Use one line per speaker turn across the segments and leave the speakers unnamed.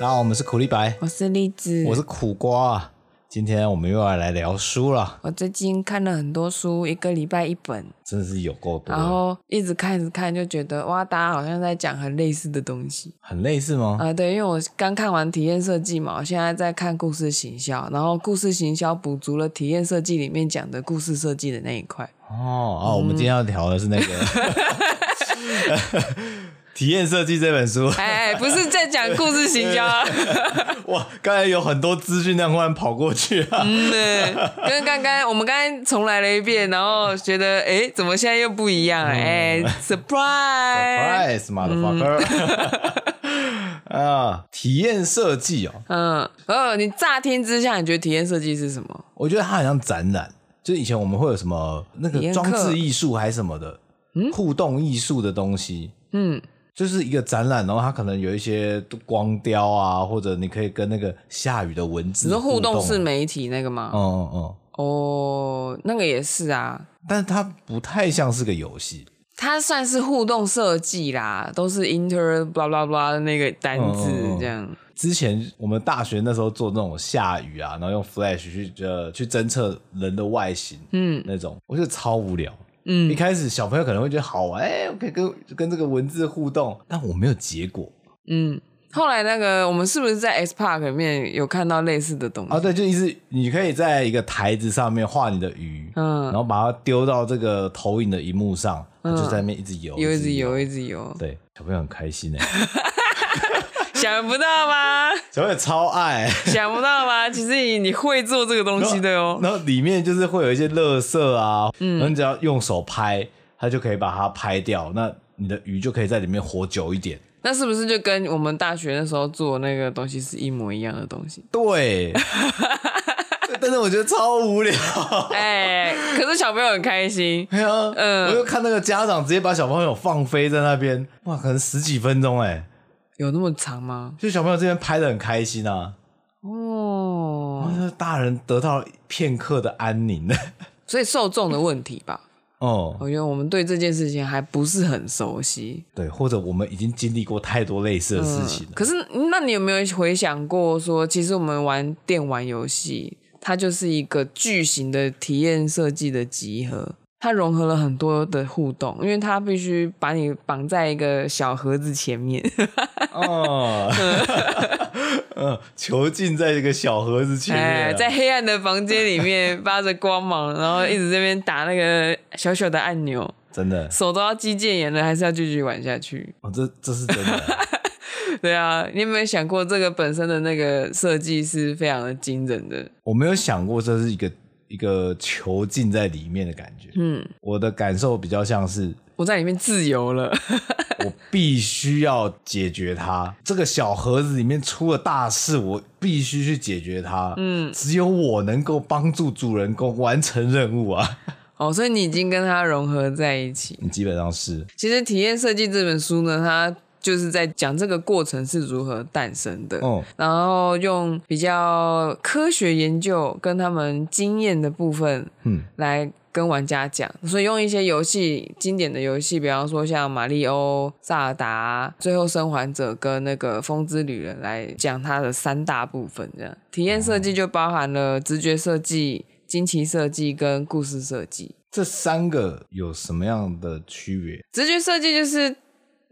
然后我们是苦力白，
我是栗子，
我是苦瓜啊。今天我们又要来聊书了，
我最近看了很多书，一个礼拜一本，
真的是有够多，
然后一直看一直看，就觉得哇，大家好像在讲很类似的东西
很类似吗？
啊、对，因为我刚看完体验设计嘛，我现在在看故事行销，然后故事行销补足了体验设计里面讲的故事设计的那 一块。
哦哦，我们今天要聊的是那个
嗯
体验设计这本 书。
哎，不是在讲故事行 销啊，
哇，刚才有很多资讯量忽然跑过去啊。
嗯，对跟刚刚我们刚刚重来了一遍，然后觉得哎，怎么现在又不一样了？哎，surprise，
嗯 Surprise, motherfucker！啊， 体验设计哦，
嗯，哦，你乍听之下，你觉得体验设计是什么？
我觉得它很像展览，就是以前我们会有什么那
体
个
验
装
课
置艺术还是什么的，互动艺术的东西，
嗯，
就是一个展览，然后它可能有一些光雕啊，或者你可以跟那个下雨的文字
你说互动
动
式媒体那个吗？
嗯嗯嗯，
哦，那个也是啊，
但它不太像是个游戏，
它算是互动设计啦，都是 inter blah blah blah 的那个单字
嗯嗯嗯
这样。
之前我们大学那时候做那种下雨啊，然后用 Flash 去呃去侦测人的外形，嗯，那种我觉得超无聊。嗯，一开始小朋友可能会觉得好玩，哎、我可以跟跟这个文字互动，但我没有结果
后来那个我们是不是在 X Park 里面有看到类似的东西？
啊。对，就意思你可以在一个台子上面画你的鱼，
嗯
然后把它丢到这个投影的荧幕上，它就在那嗯边一直游，
有一
直
直有，一直有，
对，小朋友很开心哎、
想不到吧？
小朋友超爱、
想不到吧？其实你你会做这个东西的哦。嗯
然后里面就是会有一些垃圾啊，然后你只要用手拍，它就可以把它拍掉，那你的鱼就可以在里面活久一点。？
那是不是就跟我们大学那时候做那个东西是一模一样的东西
对，但是我觉得超无聊。
哎，可是小朋友很开心。
对啊，
嗯
我又看那个家长直接把小朋友放飞在那边，哇，可能十几分钟哎、
有那么长吗？
就小朋友这边拍的很开心啊，
哦，
哇大人得到片刻的安宁。
所以受众的问题吧，
哦，
我觉得我们对这件事情还不是很熟悉。嗯
对，或者我们已经经历过太多类似的事情了。
可是，那你有没有回想过说，其实我们玩电玩游戏，它就是一个巨型的体验设计的集合，它融合了很多的互动，因为它必须把你绑在一个小盒子前面。
哦，嗯，囚禁在这个小盒子前面
哎，
啊，
在黑暗的房间里面发着光芒，然后一直这边打那个小小的按钮，
真的，
手都要肌腱炎了，还是要继续玩下去。
哦，这这是真的，
对啊，你有没有想过这个本身的那个设计是非常的惊人的？
我没有想过这是一个一个囚禁在里面的感觉。
嗯，
我的感受比较像是，
我在里面自由了，
我必须要解决它。这个小盒子里面出了大事，我必须去解决它。嗯，只有我能够帮助主人公完成任务啊！
哦，所以你已经跟它融合在一起。
你基本上是，
其实《体验设计》这本书呢，它就是在讲这个过程是如何诞生的。
嗯，
然后用比较科学研究跟他们经验的部分，
嗯，
来跟玩家讲。所以用一些游戏经典的游戏，比方说像《马里欧》《萨尔达》《最后生还者》跟那个《风之旅人》来讲它的三大部分。这样，体验设计就包含了直觉设计、惊奇设计跟故事设计。
这三个有什么样的区别？
直觉设计就是，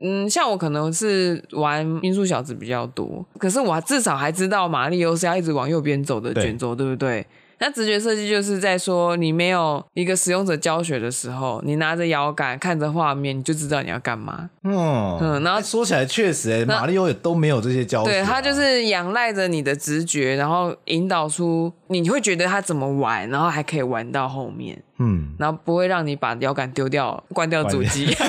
嗯，像我可能是玩音速小子比较多，可是我至少还知道马里欧是要一直往右边走的
对
卷轴，对不对？那直觉设计就是在说，你没有一个使用者教学的时候，你拿着摇杆看着画面，你就知道你要干嘛。
嗯
嗯然后
欸说起来确实、欸，
那
马里奥也都没有这些教学、啊
对，它就。是仰赖着你的直觉，然后引导出你会觉得它怎么玩，然后还可以玩到后面。
嗯，
然后不会让你把摇杆丢掉、关掉主机。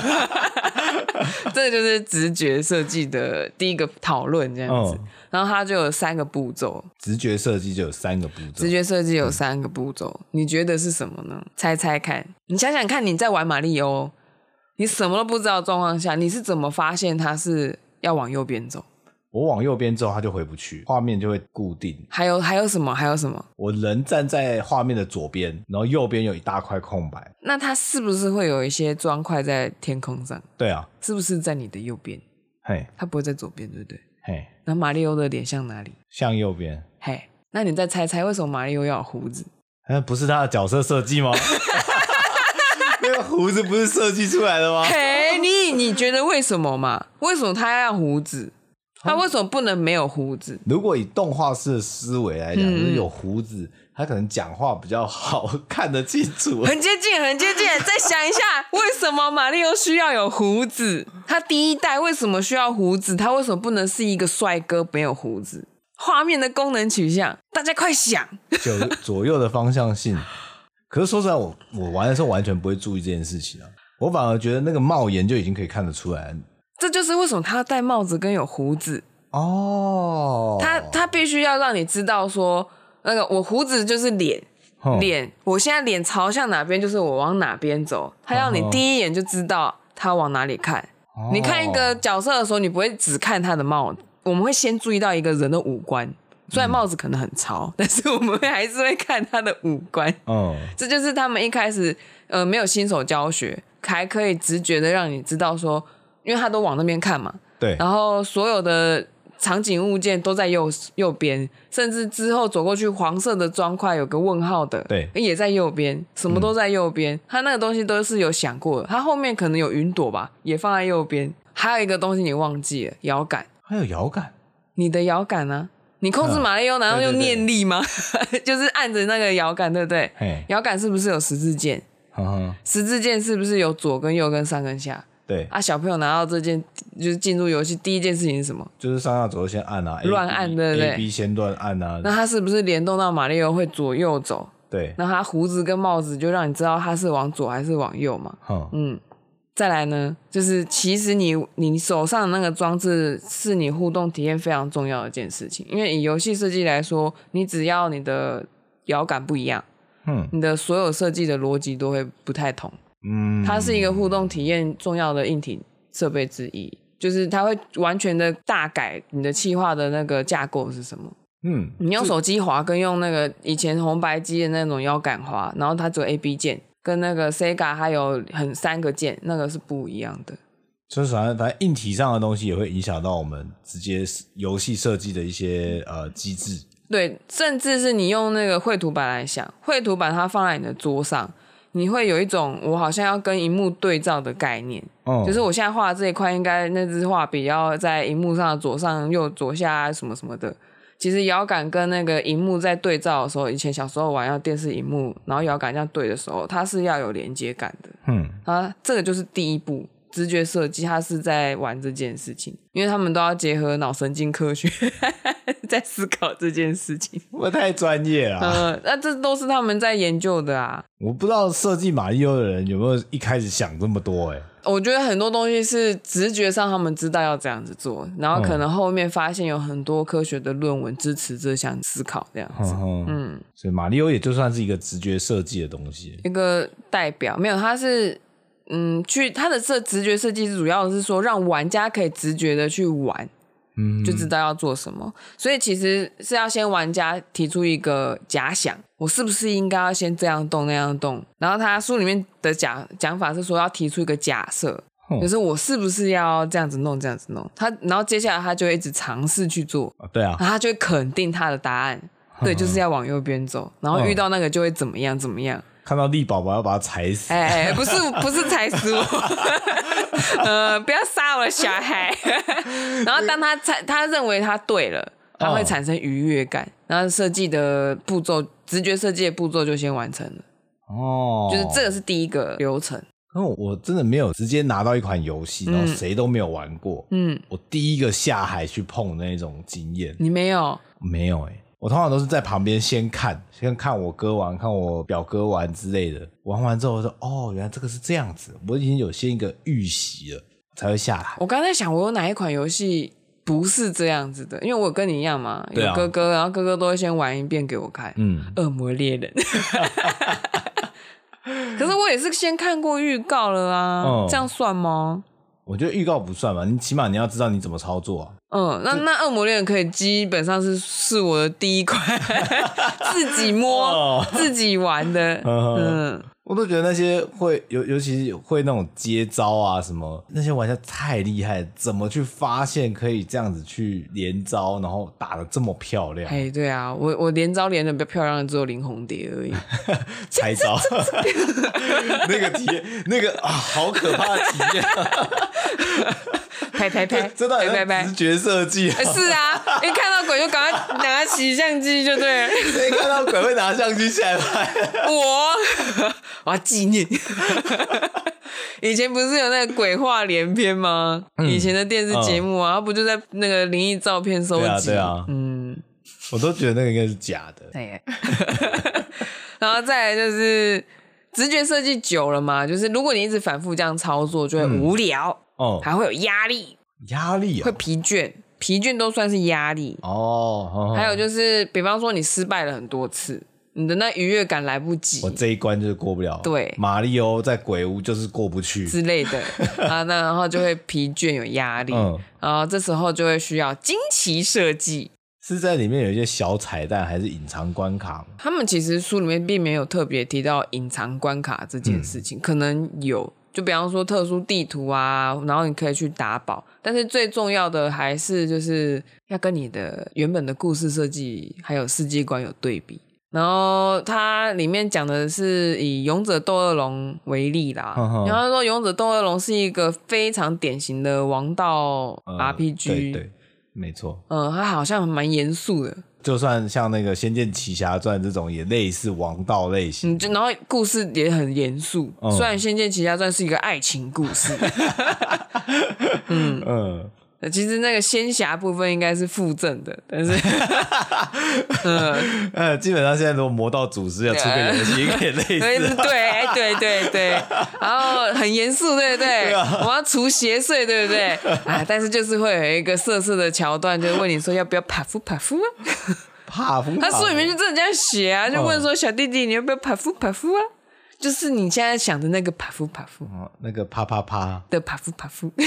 这就是直觉设计的第一个讨论这样子。
嗯
然后它就有三个步骤，
直觉设计就有三个步骤
直。觉设计有三个步骤，你觉得是什么呢？猜猜看，你想想看，你在玩马里欧，你什么都不知道的状况下，你是怎么发现它是要往右边走？
我往右边之后，它就回不去，画面就会固定。
还有还有什么？还有什么？
我人站在画面的左边，然后右边有一大块空白。
那它是不是会有一些砖块在天空上？
对啊，
是不是在你的右边？
嘿，
它不会在左边，对不对？
嘿，
然后马里欧的脸向哪里？
向右边，
嘿，那你再猜猜为什么马里欧要有胡子？
那哎不是他的角色设计 吗？ 那个胡子不是设计出来的 吗？
嘿，你你觉得为什么嘛？为什么他要胡子？他为什么不能没有胡子？
如果以动画式的思维来讲，
嗯
就是有胡子，他可能讲话比较好 看得清楚。
很接近，很接近。再想一下，为什么马里奥需要有胡子？他第一代为什么需要胡子？他为什么不能是一个帅哥没有胡子？画面的功能取向，大家快想！
就左右的方向性。可是说实在，我我玩的时候完全不会注意这件事情啊，我反而觉得那个帽檐就已经可以看得出来了
这就是为什么他要戴帽子跟有胡子。
哦。
他他必须要让你知道说，那个我胡子就是脸，
哼
脸，我现在脸朝向哪边，就是我往哪边走。他要你
哦
第一眼就知道他往哪里看。
哦
你看一个角色的时候，你不会只看他的帽子，我们会先注意到一个人的五官。虽
嗯
然帽子可能很潮，但是我们会还是会看他的五官。
嗯，
这就是他们一开始呃没有新手教学，还可以直觉的让你知道说，因为他都往那边看嘛，
对，
然后所有的场景物件都在右右边，甚至之后走过去黄色的砖块有个问号的，
对
也在右边，什么都在右边。它那个东西都是有想过的，它后面可能有云朵吧，也放在右边。还有一个东西你忘记了，摇杆，
还有摇杆，
你的摇杆呢、你控制马里奥难道
啊对对
用
对
念力吗？ 就是按着那个摇杆，对不对？
嘿，
摇杆是不是有十字键？
哼哼，
十字键是不是有左跟右跟上跟下？
对，
啊，小朋友拿到这件就是进入游戏第一件事情是什么？
就是上下左右先按啊，A, B-
乱按对不对
？A B 先乱按啊，
那他是不是联动到马里奥会左右走？
对，
那他胡子跟帽子就让你知道他是往左还是往右嘛？
哼，
嗯，再来呢，就是其实你你手上的那个装置是你互动体验非常重要的一件事情，因为以游戏设计来说，你只要你的摇杆不一样，
哼，
你的所有设计的逻辑都会不太同。
嗯，
它是一个互动体验重要的硬体设备之一，就是它会完全的大改你的企划的那个架构是什么。
嗯，
你用手机滑跟用那个以前红白机的那种摇杆滑，然后它只有 A B 键，跟那个 Sega 还有很三个键，那个是不一样的。
就是反正反正硬体上的东西也会影响到我们直接游戏设计的一些呃机制。
对，甚至是你用那个绘图板来想，绘图板它放在你的桌上，你会有一种我好像要跟荧幕对照的概念，
嗯，
就是我现在画的这一块，应该那支画笔要在荧幕上的左上、右、左下什么什么的。其实摇杆跟那个荧幕在对照的时候，以前小时候玩要电视荧幕，然后摇杆这样对的时候，它是要有连接感的。
嗯，
啊，这个就是第一步，直觉设计，它是在玩这件事情，因为他们都要结合脑神经科学 在思考这件事情。
我太专业了啊、
呃，那这都是他们在研究的啊。
我不知道设计马里奥的人有没有一开始想这么多哎、
我觉得很多东西是直觉上他们知道要这样子做，然后可能后面发现有很多科学的论文支持这项思考，这样子。
哼嗯，所以马里奥也就算是一个直觉设计的东西。
一个代表，没有，它是嗯，去它的设直觉设计主要是说让玩家可以直觉的去玩，
嗯，
就知道要做什么。所以其实是要先玩家提出一个假想，我是不是应该要先这样动那样动？然后他书里面的讲讲法是说要提出一个假设。
哼
就是我是不是要这样子弄，这样子弄？他，然后接下来他就会一直尝试去做，
啊对啊，
然后他就会肯定他的答案，对，就是要往右边走，然后遇到那个就会怎么样怎么样，
看到力宝宝要把它踩死，
哎、哎，不是不是踩死我， 呃，不要杀我的小孩。 然后当他踩，他认为他对了，他会
哦
产生愉悦感，然后设计的步骤，直觉设计的步骤就先完成了，
哦，
就是这个是第一个流程。
因为我真的没有直接拿到一款游戏，然后谁都没有玩过，
嗯，
我第一个下海去碰的那种经验
你没有，
没有哎、我通常都是在旁边先看，先看我哥玩，看我表哥玩之类的。玩完之后我说哦，原来这个是这样子，我已经有先一个预习了，才会下海。
我刚才想我有哪一款游戏不是这样子的，因为我跟你一样嘛，
对啊
有哥哥，然后哥哥都会先玩一遍给我看，
嗯，
恶魔猎 人》。可是我也是先看过预告了啊，
哦
这样算吗？
我觉得预告不算吧，你起码你要知道你怎么操作啊。
嗯，那那恶魔猎人可以基本上是 是我的第一款自己摸、
哦
自己玩的，
呵呵
嗯，
我都觉得那些会尤尤其会那种接招啊什么，那些玩家太厉害，怎么去发现可以这样子去连招，然后打的这么漂亮，
哎，对啊，我我连招连的比较漂亮的只有林红蝶 而已。
拆招，那个体验，那个啊，好可怕的体验啊，
拍拍拍，
真的
拍拍拍
直。觉设计啊
哎，是啊，一看到鬼就赶快拿起相机就对了。
谁看到鬼会拿相机下来拍？
我 我要 纪念。以前不是有那个鬼话连篇吗？
嗯
以前的电视节目啊，他不就在那个灵异照片收集？
对嗯啊，对啊，嗯，我都觉得那个应该是假的。
对耶 然后再来就是直觉设计久了嘛，就是如果你一直反复这样操作，就会无聊，
嗯哦，
还会有压力，
压力啊
会，疲倦，疲倦都算是压力。
哦，哦
还有就是，比方说你失败了很多次，你的那愉悦感来不及，
我这一关就是过不了。
对
马里欧在鬼屋就是过不去。
之类的啊，那然后就会疲倦有压力，
嗯，
然后这时候就会需要惊奇设计。
是在里面有一些小彩蛋，还是隐藏关卡吗？
他们其实书里面并没有特别提到隐藏关卡这
嗯
件事情，可能有，就比方说特殊地图啊，然后你可以去打宝，但是最重要的还是就是要跟你的原本的故事设计还有世界观有对比。然后它里面讲的是以勇者斗恶龙为例啦，
哼哼
然后他说勇者斗恶龙是一个非常典型的王道
呃
RPG，、
对对，没错。
嗯，它好像蛮严肃的，
就算像那个《仙剑奇侠传》这种，也类似王道类型。
嗯，就然后故事也很严肃，
嗯
虽然《仙剑奇侠传》是一个爱情故事，
嗯，
呃其实那个仙侠部分应该是附赠的，但是
哎呃，基本上现在如果魔道祖师要出个游 戏，也可以类似
对哎
啊。
对对 对，然后很严肃，对不对？
啊
我要除邪祟，对不对？啊，但是就是会有一个色色的桥段，就问你说要不要啪夫啪夫啊？
帕夫，
他书里面就真的这样写啊，就
嗯
问说小弟弟你要不要啪夫啪夫啊？就是你现在想的那个啪夫啪夫
哦那个啪啪啪，
的啪夫啪夫，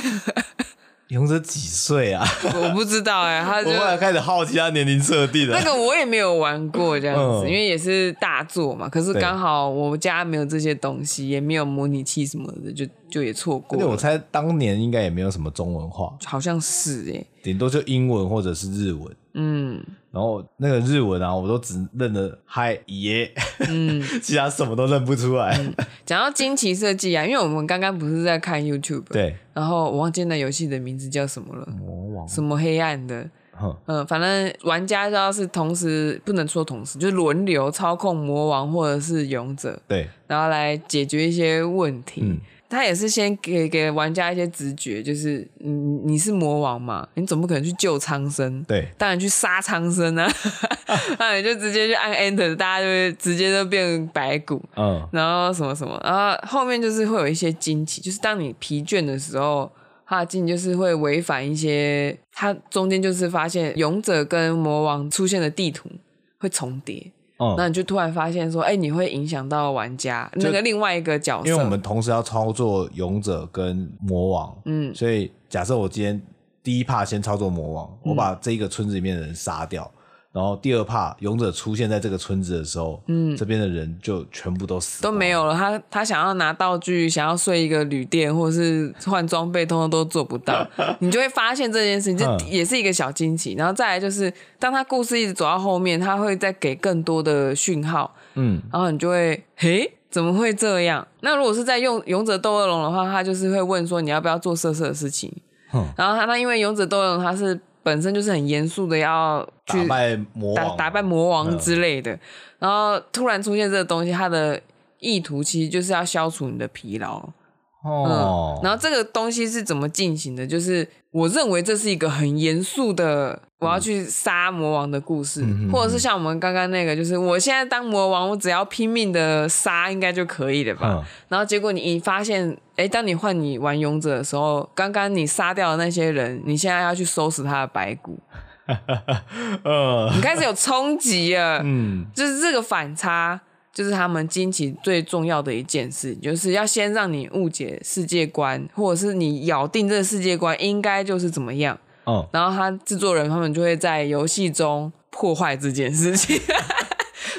勇者几岁啊？
我不知道哎、他
我
就
后来开始好奇他年龄设定
那
了。
个我也没有玩过这样子，
嗯
因为也是大作嘛。可是
对
刚好我家没有这些东西，也没有模拟器什么的，就就也错过
而且我
了。
猜当年应该也没有什么中文化，
好像是哎、
顶多就英文或者是日文。
嗯，
然后那个日文啊，我都只认得嗨耶，嗯， 其他什么都认不出来。
嗯讲到惊奇设计啊，因为我们刚刚不是在看 YouTube，，
对，嗯
然后我忘记那游戏的名字叫什么了，
魔王，
什么黑暗的，
哼，
嗯，反正玩家都要是同时不能说同时，就是轮流操控魔王或者是勇者，
对，
然后来解决一些问题。
嗯
他也是先给给玩家一些直觉，就是你你是魔王嘛，你总不可能去救苍生，
对，
当然去杀苍生啊， 那你就直接去按 Enter，大家就会直接就变白骨，
嗯，
然后什么什么，然后后面就是会有一些惊奇，就是当你疲倦的时候，他的惊奇就是会违反一些，他中间就是发现勇者跟魔王出现的地图会重叠，那
嗯，
你就突然发现说，哎、你会影响到玩家那个另外一个角色，
因为我们同时要操作勇者跟魔王，
嗯
所以假设我今天第一帕先操作魔王，
嗯
我把这一个村子里面的人杀掉。然后第二帕勇者出现在这个村子的时候，嗯，这边的人就全部都死
都
光
没有了。他他想要拿道具，想要睡一个旅店，或是换装备，通通都做不 到。你就会发现这件事情，这
嗯
也是一个小惊奇。然后再来就是，当他故事一直走到后面，他会再给更多的讯号，
嗯，
然后你就会嘿。怎么会这样？那如果是在用勇者斗恶龙的话，他就是会问说你要不要做色色的事情。
哼
然后他那因为勇者斗恶龙他是本身就是很严肃的要去
打败魔
打
王，嗯
打败魔王之类的，然后突然出现这个东西，它的意图其实就是要消除你的疲劳。
哦，
嗯然后这个东西是怎么进行的？就是我认为这是一个很严肃的，我要去杀魔王的故
嗯
事，或者是像我们刚刚那个，就是我现在当魔王，我只要拼命的杀应该就可以了吧？
嗯
然后结果你发现，哎，当你换你玩勇者的时候，刚刚你杀掉的那些人，你现在要去收拾他的白骨，
呃，
你开始有冲击了。
嗯，
就是这个反差，就是他们惊奇最重要的一件事，就是要先让你误解世界观，或者是你咬定这个世界观应该就是怎么样，
嗯，
然后他制作人他们就会在游戏中破坏这件事情。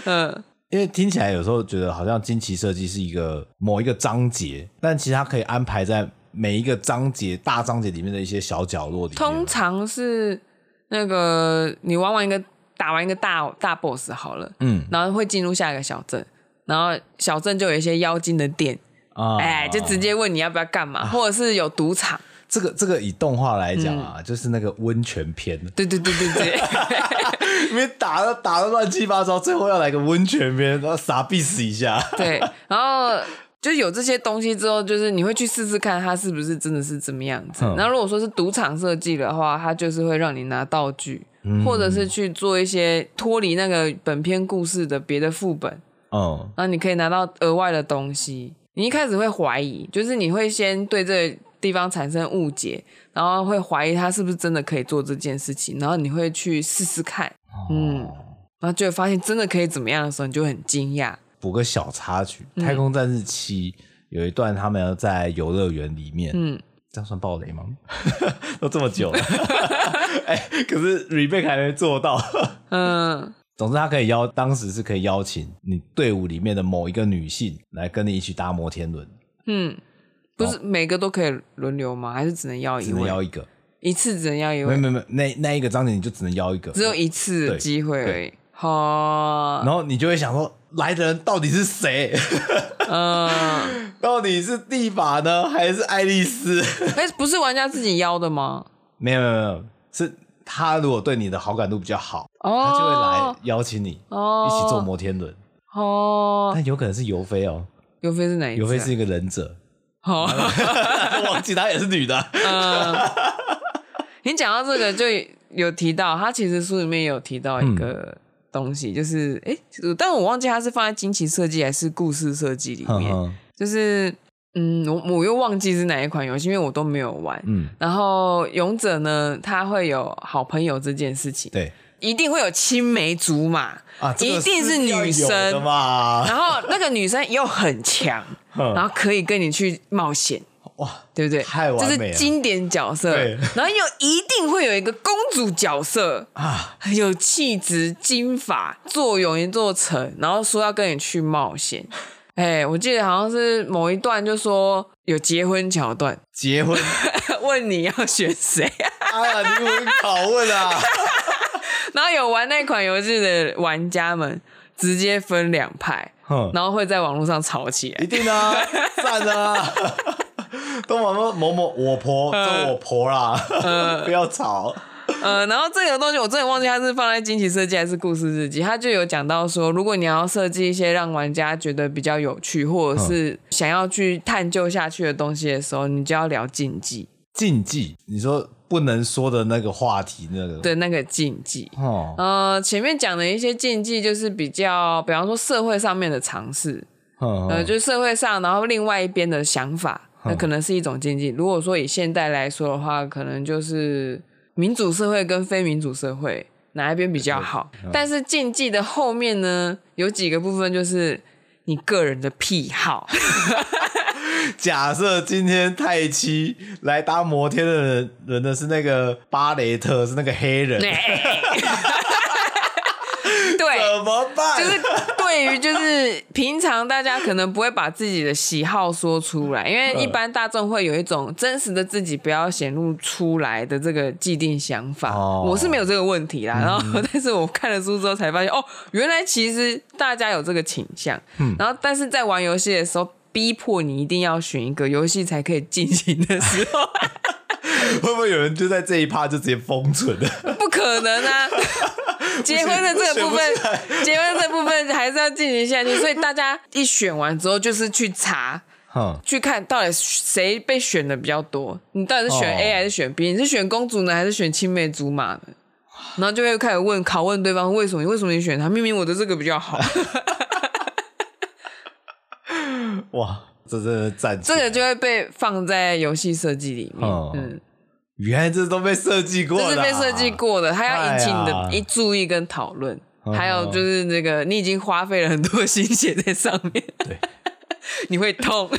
嗯，
因为听起来有时候觉得好像惊奇设计是一个某一个章节，但其实它可以安排在每一个章节大章节里面的一些小角落里面。
通常是那个你玩完一个打完一个大大 boss 好了，
嗯
然后会进入下一个小镇，然后小镇就有一些妖精的店，
啊，
哎、就直接问你要不要干嘛，或者是有赌场，
这个这个以动画来讲啊，就是那个温泉篇，
对对对对 对，
因为打到打到乱七八糟，最后要来个温泉篇，然后傻逼死一 下。
对，然后就是有这些东西之后，就是你会去试试看它是不是真的是怎么样子。
嗯
然后如果说是赌场设计的话，它就是会让你拿道具，或者是去做一些脱离那个本篇故事的别的副本，
嗯，
然后你可以拿到额外的东西。你一开始会怀疑，就是你会先对这个地方产生误解，然后会怀疑它是不是真的可以做这件事情，然后你会去试试看，嗯，然后就会发现真的可以怎么样的时候，你就会很惊讶。
补个小插曲，《太空战士七》有一段他们要在游乐园里面，嗯，这样算暴雷吗？ 都这么久了， 哎、可是 remake 还没做到。
嗯，
总之，他可以邀，当时是可以邀请你队伍里面的某一个女性来跟你一起搭摩天轮，
嗯不是每个都可以轮流吗？还是只能要哦一
只能
位？
邀一个，
一次只能要一
没
位，
没没，那那一个章节你就只能邀一个，
只有一次的机会而
对
已。好，
然后你就会想说，来的人到底是谁？
嗯，
到底是蒂法呢，还是爱丽 丝？
哎，不是玩家自己邀的吗？
没有没有没有，是他如果对你的好感度比较好，
哦，
他就会来邀请你
哦
一起坐摩天轮。
哦，
但有可能是尤菲哦，
尤菲是哪一次啊？
尤菲是一个忍者，
好， 呃
忘记她也是女的。
你讲到这个就有提到，他其实书里面有提到一
嗯
个东西，就是哎、诶但我忘记他是放在惊奇设计还是故事设计里
哼
面，
哼
就是嗯，我我又忘记是哪一款游戏，因为我都没有玩。
嗯，
然后勇者呢，他会有好朋友这件事情，
对
一定会有青梅竹马，
啊，这个
一定是
要
女
有的
生。
嘛。
然后那个女生又很强，
哼
然后可以跟你去冒险，
哇，
对不对？
嗯太
这
完美了
是经典角色
对。
然后又一定会有一个公主角色，
啊，
有气质、金发，坐拥一座城，然后说要跟你去冒险。哎，我记得好像是某一段就说有结婚桥段，
结婚，
问你要选谁，啊
哎呀，灵魂拷问啊！
然后有玩那款游戏的玩家们直接分两派，
哼，
然后会在网络上吵起来
一。定啊，赞啊！ 都玩过某某我婆，这我婆啦，
嗯
不要吵。
呃，然后这个东西我真的忘记它是放在惊奇设计还是故事日记，它就有讲到说，如果你要设计一些让玩家觉得比较有趣，或者是想要去探究下去的东西的时候，你就要聊禁忌
禁忌，你说不能说的那个话题，那个，
的那个禁忌。
哦，
呃，前面讲的一些禁忌就是比较，比方说社会上面的尝试，
嗯
呃，就是社会上，然后另外一边的想法，那
嗯
可能是一种禁忌。如果说以现代来说的话，可能就是民主社会跟非民主社会哪一边比较好。但是禁忌的后面呢，有几个部分就是你个人的癖好，
假设今天泰七来搭摩天的人人的是那个巴雷特，是那个黑人，
对
怎，么
就
办？
是对于就是平常大家可能不会把自己的喜好说出来，因为一般大众会有一种真实的自己不要显露出来的这个既定想法。
哦
我是没有这个问题啦， 然后但是我看了书之后才发现，哦，原来其实大家有这个倾向。然后但是在玩游戏的时候。逼迫你一定要选一个游戏才可以进行的时候，
会不会有人就在这一趴就直接封存了？
不可 能啊！结婚的这个部
选
分
不出来，
结婚的部分还是要进行下去，所以大家一选完之后，就是去查。
哼，
去看到底谁被选的比较多，你到底是选
哦
A 还是选 B？、你是选公主呢，还是选青梅竹马呢？然后就会开始问拷问对方，为什么？为什么你选他？明明我的这个比 较好，
哇，这真的站起
这
来
个就会被放在游戏设计里面。
哦
嗯，
原来这都被设计过啊
这
了，
是被设计。过的，它要引起你的
哎呀
一注意跟讨论，
哦
还有就是那个你已经花费了很多心血在上面，
对，
你会 痛。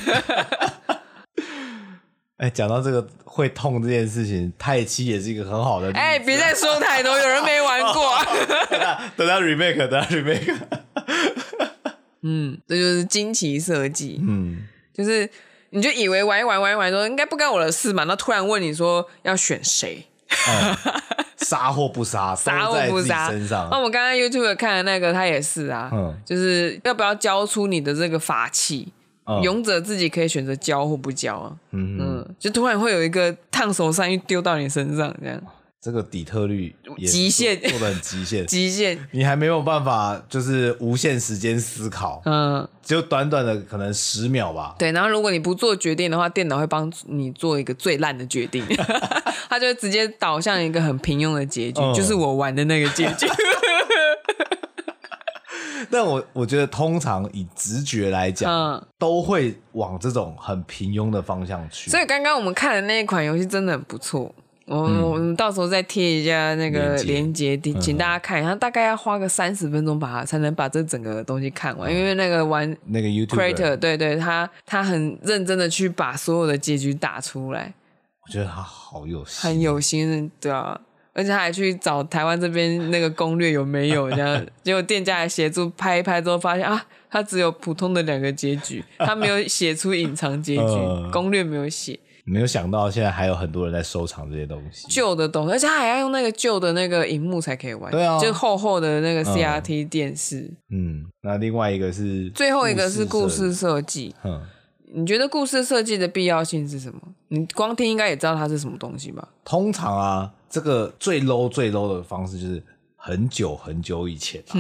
哎，讲到这个会痛这件事情，泰七也是一个很好的例子。
哎，别再
嗯
说太多，有人没玩过。
等到 remake，等到 remake。
嗯， 这就是惊奇设计，
嗯，
就是你就以为玩一玩玩一玩说应该不干我的事嘛，那突然问你说要选谁，
杀或不杀，
杀
都
或
在
不
自己
杀？
身
那
上，
我刚刚 YouTube 看的那个，他也是啊，
嗯
就是要不要交出你的这个法器？
嗯
勇者自己可以选择交或不交啊，
嗯哼，
嗯，就突然会有一个烫手山芋丢到你身上，这样
这个底特律也
极限
做的很极 限，
极限，
你还没有办法就是无限时间思考，
嗯，
只有短短的可能十秒吧，
对。然后如果你不做决定的话，电脑会帮你做一个最烂的决定， 它就会直接导向一个很平庸的结局，
嗯
就是我玩的那个结 局。
但我我觉得通常以直觉来讲，
嗯
都会往这种很平庸的方向去。
所以刚刚我们看的那一款游戏真的很不错。我我们到时候再贴一下那个
嗯链嗯
链接，请请大家看一下，大概要花个三十分钟把它才能把这整个东西看完，因为那个玩
那个 YouTube，
Creator 对对，他他很认真的去把所有的结局打出来，
我觉得他好有心，
很有心，对啊，而且他还去找台湾这边那个攻略有没有这 样，结果店家还协助拍一拍之后发现啊，他只有普通的两个结局，他没有写出隐藏结局
嗯，
攻略没有写。
没有想到现在还有很多人在收藏这些东西。
旧的东西，而且它还要用那个旧的那个荧幕才可以玩，
对啊
就是厚厚的那个 CRT 电视。
嗯，那另外一个是
最后一个是故
设计，
事设计，
嗯，
你觉得故事设计的必要性是什么？你光听应该也知道它是什么东西吧？
通常啊，这个最 low 最 low 的方式就是很久很久以前、啊，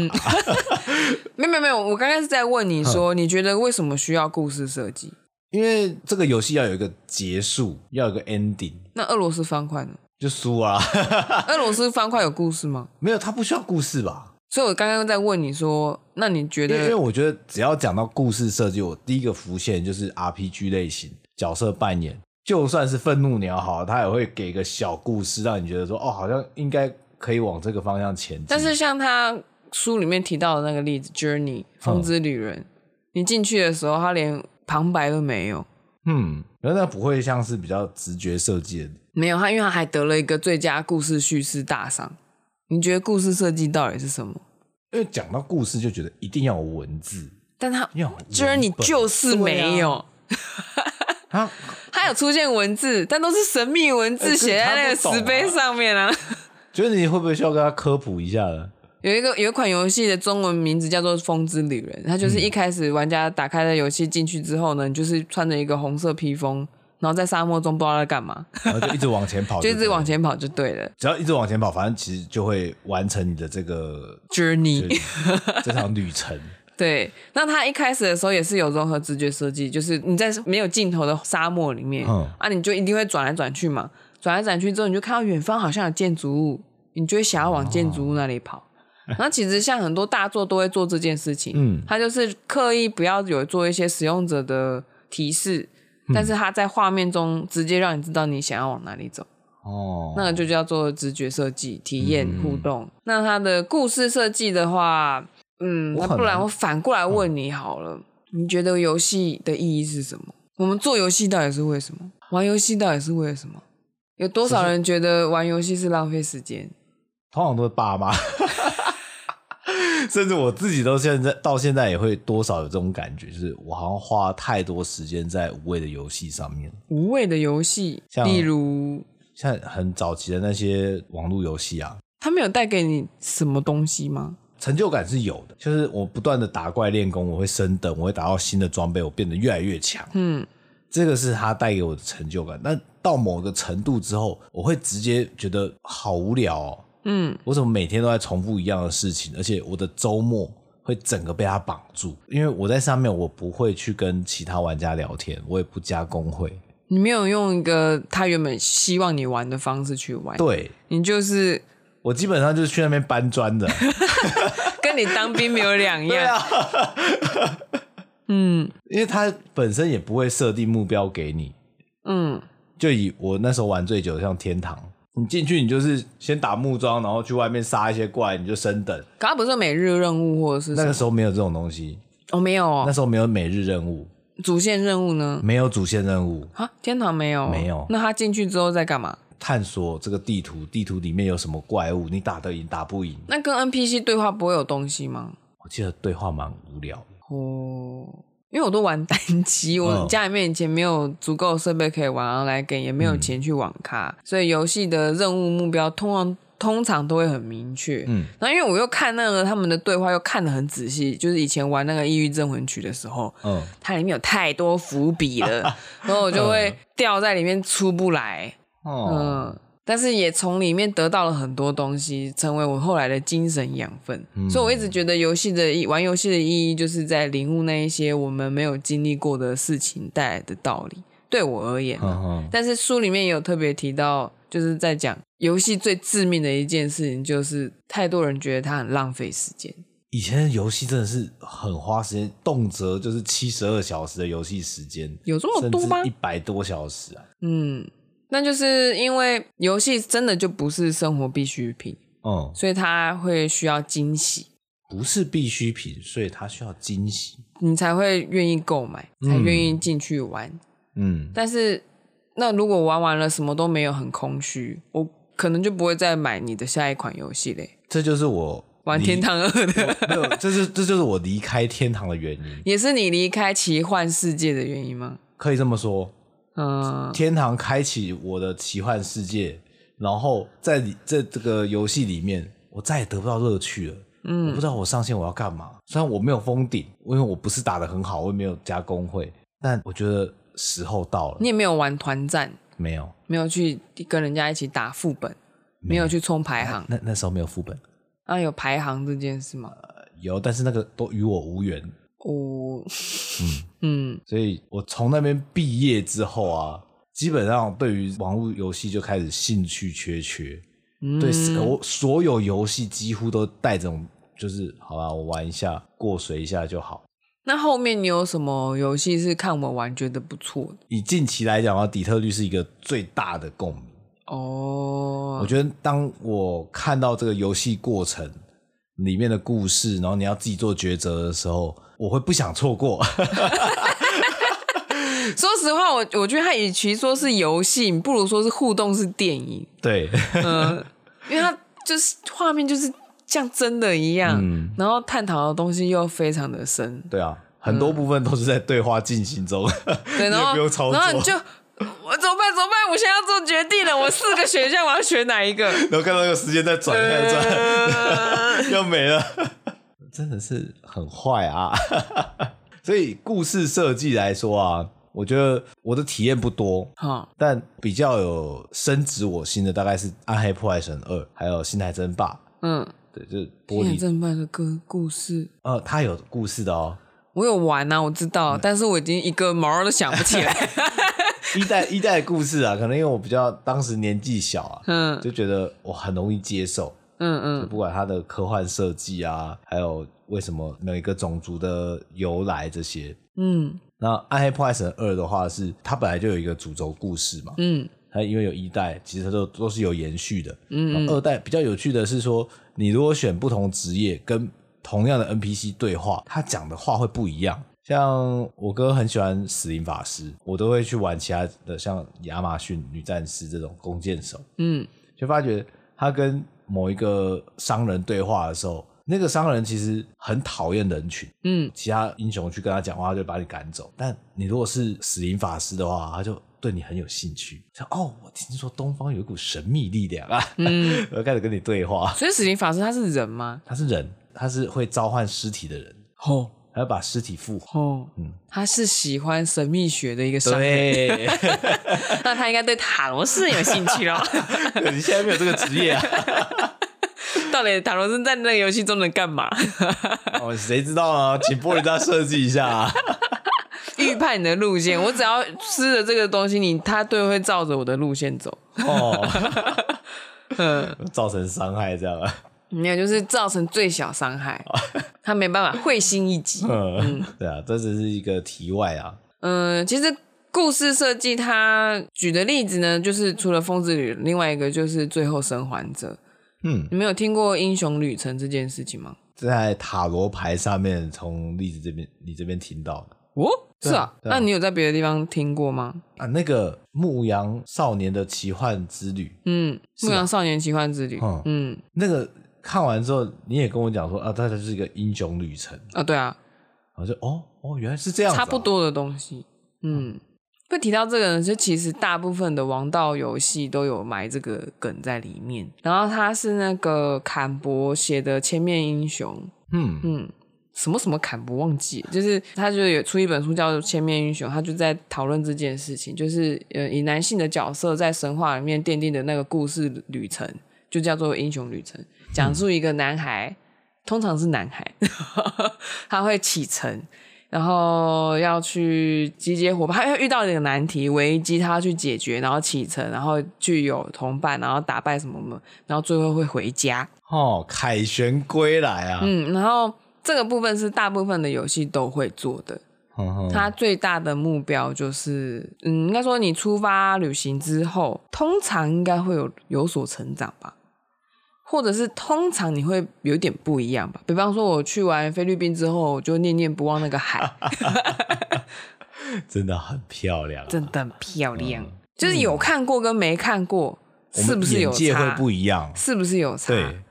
没有没有没有，我刚刚是在问你
嗯
说，你觉得为什么需要故事设计？
因为这个游戏要有一个结束，要有一个 ending，
那俄罗斯方块呢？
就输啊，
俄罗斯方块有故事吗？
没有，他不需要故事吧？
所以我刚刚在问你说，那你觉
因为因为
得
我觉得只要讲到故事设计，我第一个浮现就是 RPG 类型角色扮演，就算是愤怒鸟好了，它也会给一个小故事，让你觉得说哦，好像应该可以往这个方向前进。
但是像他书里面提到的那个例子，《Journey》风
嗯
之旅人，你进去的时候，他连旁白都没有，
嗯，然后那不会像是比较直觉设计的，
没有他，因为他还得了一个最佳故事叙事大赏。你觉得故事设计到底是什么？
因为讲到故事就觉得一定要有文字，
但他
要有文本
Journey 就是没有，
啊，
他有出现文字，但都是神秘文
呃
字写在那个
可是他不懂啊
石碑上面啊。
觉得你会不会需要跟他科普一下呢？
有一个有一款游戏的中文名字叫做《风之旅人》，它就是一开始玩家打开了游戏进去之后呢，你就是穿着一个红色披风，然后在沙漠中不知道在干嘛，
然后就一直往前跑
就
对
一
了，
直往前跑就对了。
只要一直往前跑，反正其实就会完成你的这个
Journey，
这场旅程。
对，那他一开始的时候也是有融合直觉设计，就是你在没有尽头的沙漠里面，
嗯
啊，你就一定会转来转去嘛，转来转去之后，你就看到远方好像有建筑物，你就会想要往建筑
哦
物那里跑。那其实像很多大作都会做这件事情，
嗯
他就是刻意不要有做一些使用者的提示，
嗯
但是他在画面中直接让你知道你想要往哪里走。
哦，
那个就叫做直觉设计、体验
嗯
互动。那它的故事设计的话，嗯，
我
那
很
不然
难嗯
我反过来问你好了，你觉得游戏的意义是什么？我们做游戏到底是为什么？玩游戏到底是为了什么？有多少人觉得玩游戏是浪费时间？
通常都是爸妈， 甚至我自己都现在到现在也会多少有这种感觉，就是我好像花太多时间在无谓的游戏上面，
无谓的游戏，
像
例如
像很早期的那些网络游戏啊，
它没有带给你什么东西吗？
成就感是有的，就是我不断的打怪练功，我会升等，我会打到新的装备，我变得越来越强，
嗯，
这个是它带给我的成就感。那到某个程度之后，我会直接觉得好无聊哦，
嗯，
我怎么每天都在重复一样的事情，而且我的周末会整个被它绑住，因为我在上面我不会去跟其他玩家聊天，我也不加工会，
你没有用一个他原本希望你玩的方式去玩，
对
你就是
我基本上就是去那边搬砖的，
跟你当兵没有 两
对
样。
啊，嗯，因为它本身也不会设定目标给你，
嗯，
就以我那时候玩最久的像天堂。你进去，你就是先打木桩，然后去外面杀一些怪，你就升等。
可它不是每日任务或者是什
那
么
个时候没有这种东西，
哦，没有
那
哦，
时候没有每日任务，
主线任务呢？
没有主线任务，
啊，天堂没有，
没有
那他进去之后在干嘛？
探索这个地图，地图里面有什么怪物，你打得赢打不赢。
那跟 NPC 对话不会有东西吗？
我记得对话蛮无聊的，
哦，因为我都玩单机，我
嗯
家里面以前没有足够的设备可以玩 online game，也没有钱去网咖，
嗯
所以游戏的任务目标通常通常都会很明确。
嗯，
然后因为我又看那个他们的对话，又看得很仔细，就是以前玩那个《抑郁镇魂曲》的时候，
嗯，
它里面有太多伏笔 了，然后我就会掉在里面出不来。
嗯哦，
嗯，但是也从里面得到了很多东西，成为我后来的精神养分。
嗯
所以我一直觉得游戏的意，玩游戏的意义，就是在领悟那一些我们没有经历过的事情带来的道理。对我而言啊，
嗯嗯
但是书里面也有特别提到，就是在讲游戏最致命的一件事情，就是太多人觉得它很浪费时间。
以前的游戏真的是很花时间，动辄就是七十二小时的游戏时间，
有这么多吗
一百多小时啊，
嗯，那就是因为游戏真的就不是生活必需品，
嗯，
所以它会需要惊喜，
不是必需品，所以它需要惊喜，
你才会愿意购买，才愿意进去玩。
嗯，
但是，那如果玩完了什么都没有，很空虚，我可能就不会再买你的下一款游戏嘞。
这就是我
玩《
离
天，堂二》的，
没有，这是这就是我离开天堂的原因，
也是你离开奇幻世界的原因吗？
可以这么说，
嗯，
天堂开启我的奇幻世界，然后在里在这个游戏里面，我再也得不到乐趣了。嗯，我不知道我上线我要干嘛。虽然我没有封顶，因为我不是打的很好，我也没有加工会，但我觉得时候到了
你。也没有玩团战，
没有，
没有去跟人家一起打副本，没有去冲排行。
那那时候没有副本，
那有排行这件事吗？
有，但是那个都与我无缘。
哦， 嗯
所以我从那边毕业之后啊，基本上对于网络游戏就开始兴趣缺缺。
嗯，
对，是我所有游戏几乎都带这种，就是好啦，我玩一下，过水一下就好。
那后面你有什么游戏是看我玩觉得不错的？
以近期来讲啊，底特律是一个最大的共鸣。我
哦，
觉得当我看到这个游戏过程里面的故事，然后你要自己做抉择的时候，我会不想错过。
说实话，我我觉得它与其说是游戏，不如说是互动式电影，
对，
因为它就是画面就是像真的一样，
嗯
然后探讨的东西又非常的深，
对啊，很多部分都是在对话进行中。
对，然
你
后
也不用操作
然后你就我怎么办？怎么办？我现在要做决定了，我四个选项我要选哪一 个？呃
然后看到那个时间在转，看 转，要没了，真的是很坏啊！ 所以故事设计来说啊，我觉得我的体验不多，
哈、
但比较有深植我心的大概是《暗黑破坏神二》，还有《星海争霸》。
嗯，
对，就是
《
玻
天
璃，
正办的歌故事。
呃，它有故事的哦。
我有玩啊，我知道，但是我已经一个毛儿都想不起来。
一代 一代的故事啊，可能因为我比较当时年纪小啊，
嗯
就觉得我很容易接受。
嗯嗯，
不管它的科幻设计啊，还有为什么每个种族的由来这些。
嗯
那《暗黑破坏神二》的话是，它本来就有一个主轴故事嘛，
嗯
它因为有一代，其实它都都是有延续的。嗯二代比较有趣的是说，你如果选不同职业跟同样的 NPC 对话，他讲的话会不一样。像我哥很喜欢死灵法师，我都会去玩其他的，像亚马逊女战士这种弓箭手。
嗯，
就发觉他跟某一个商人对话的时候，那个商人其实很讨厌人群，
嗯，
其他英雄去跟他讲话，他就把你赶走。但你如果是死灵法师的话，他就对你很有兴趣，说哦，我听说东方有一股神秘力量啊，嗯， 我开始跟你对话。
所以死灵法师他是人吗？
他是人，他是会召唤尸体的人，
吼
他会把尸体复活。
吼，他是喜欢神秘学的一个商人，
对，
那他应该对塔罗师有兴趣咯。
你现在没有这个职业啊，
到底塔罗师在那个游戏中能干嘛？
哦，谁知道啊？请玻璃渣设计一下、啊。
预判你的路线，我只要吃了这个东西，你他对会照着我的路线走。
哦， 造成伤害这样啊，
没有，就是造成最小伤害，他没办法会心一击。
嗯，对啊，这只是一个题外啊，
嗯，其实故事设计它举的例子呢，就是除了《疯子旅》，另外一个就是《最后生还者》。
嗯，
你们有听过英雄旅程这件事情吗？
在塔罗牌上面从栗子这边你这边听到的
哦，是
对
啊
啊，对啊
那你有在别的地方听过吗？
啊，那个牧羊少年的奇幻之旅，
嗯，《牧羊少年奇幻之旅》
啊嗯
嗯
那个看完之后你也跟我讲说啊，它就是一个英雄旅程
啊，对啊，
啊，后就哦哦，原来是这样、啊，
差不。多的东西。嗯，会提到这个呢，就其实大部分的王道游戏都有埋这个梗在里面。然后他是那个坎伯写的《千面英雄》，
嗯
嗯，什么什么坎伯忘记了，就是他就有出一本书叫做《千面英雄》，他就在讨论这件事情，就是呃，以男性的角色在神话里面奠定的那个故事旅程，就叫做英雄旅程，讲述一个男孩。通常是男孩， 他会启程，然后要去集结伙伴，他要遇到一个难题危机，他要去解决，然后启程，然后具有同伴，然后打败什么什么，然后最后会回家。
哦，凯旋归来啊，
嗯，然后这个部分是大部分的游戏都会做的。
哼哼
它最大的目标就是，嗯，应该说你出发旅行之后，通常应该会有有所成长吧，或者是通常你会有点不一样吧。比方说，我去完菲律宾之后，我就念念不忘那个海，
真的很漂亮啊、
真的很漂亮。
嗯
就是有看过跟没看过，
我
是
们
不是有
眼界会
差？
不一样？
是不是有差？
对，嗯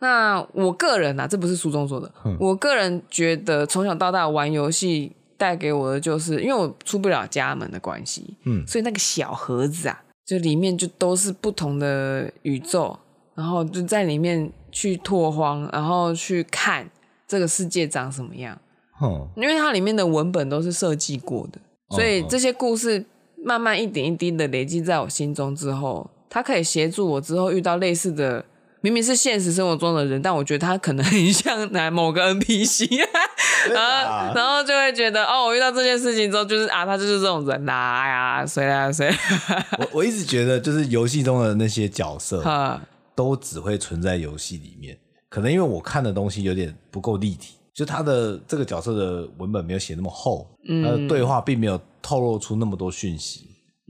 那我个人啊，这不是书中说的，我个人觉得从小到大玩游戏带给我的，就是因为我出不了家门的关系，
嗯
所以那个小盒子啊，就里面就都是不同的宇宙，然后就在里面去拓荒，然后去看这个世界长什么样，
哼，
因为它里面的文本都是设计过的，
哦
所以这些故事慢慢一点一滴的累积在我心中之后，它可以协助我之后遇到类似的，明明是现实生活中的人，但我觉得他可能很像哪某个 NPC，
真的
然
啊
啊后然后就会觉得哦，我遇到这件事情之后，就是啊，他就是这种人啦、哎呀，谁啦谁啊啦，
我我一直觉得，就是游戏中的那些角色
哈
都只会存在游戏里面，可能因为我看的东西有点不够立体，就他的这个角色的文本没有写那么厚，他的对话并没有透露出那么多讯息。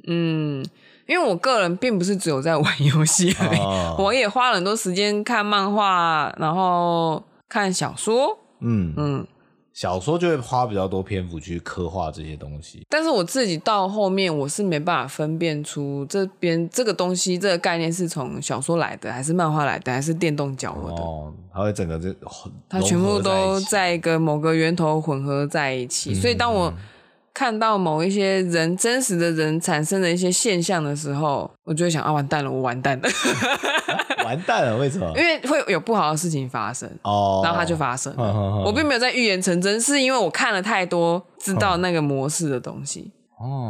嗯， 因为我个人并不是只有在玩游戏而已，
哦
我也花了很多时间看漫画，然后看小说，
嗯，
嗯。
小说就会花比较多篇幅去刻画这些东西。
但是我自己到后面，我是没办法分辨出这边这个东西这个概念是从小说来的，还是漫画来的，还是电动角我的。
哦，它会整个这哦
它全部都
在一起嗯
在一个某个源头混合在一起，所以当我看到某一些人真实的人产生的一些现象的时候，我就会想啊，完蛋了，我完蛋了，
哦完蛋了，为什么
因？为会有不好的事情发生。
哦，
然后它就发生了
嗯嗯嗯
我并没有在预言成真，是因为我看了太多知道那个模式的东西。嗯
嗯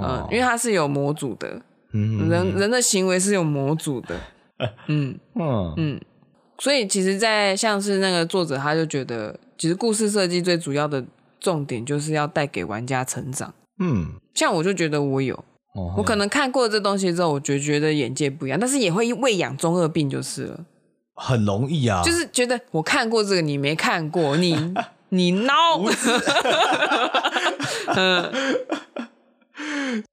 哦，，
因为它是有模组的，
嗯
人人的行为是有模组的，嗯，
嗯嗯
所以其实，在像是那个作者，他就觉得，其实故事设计最主要的重点就是要带给玩家成长。
嗯，
像我就觉得我有，
哦
我可能看过这东西之后，我就觉得眼界不一样，但是也会喂养中二病就是了，
很容易啊，
就是觉得我看过这个，你没看过，你你孬，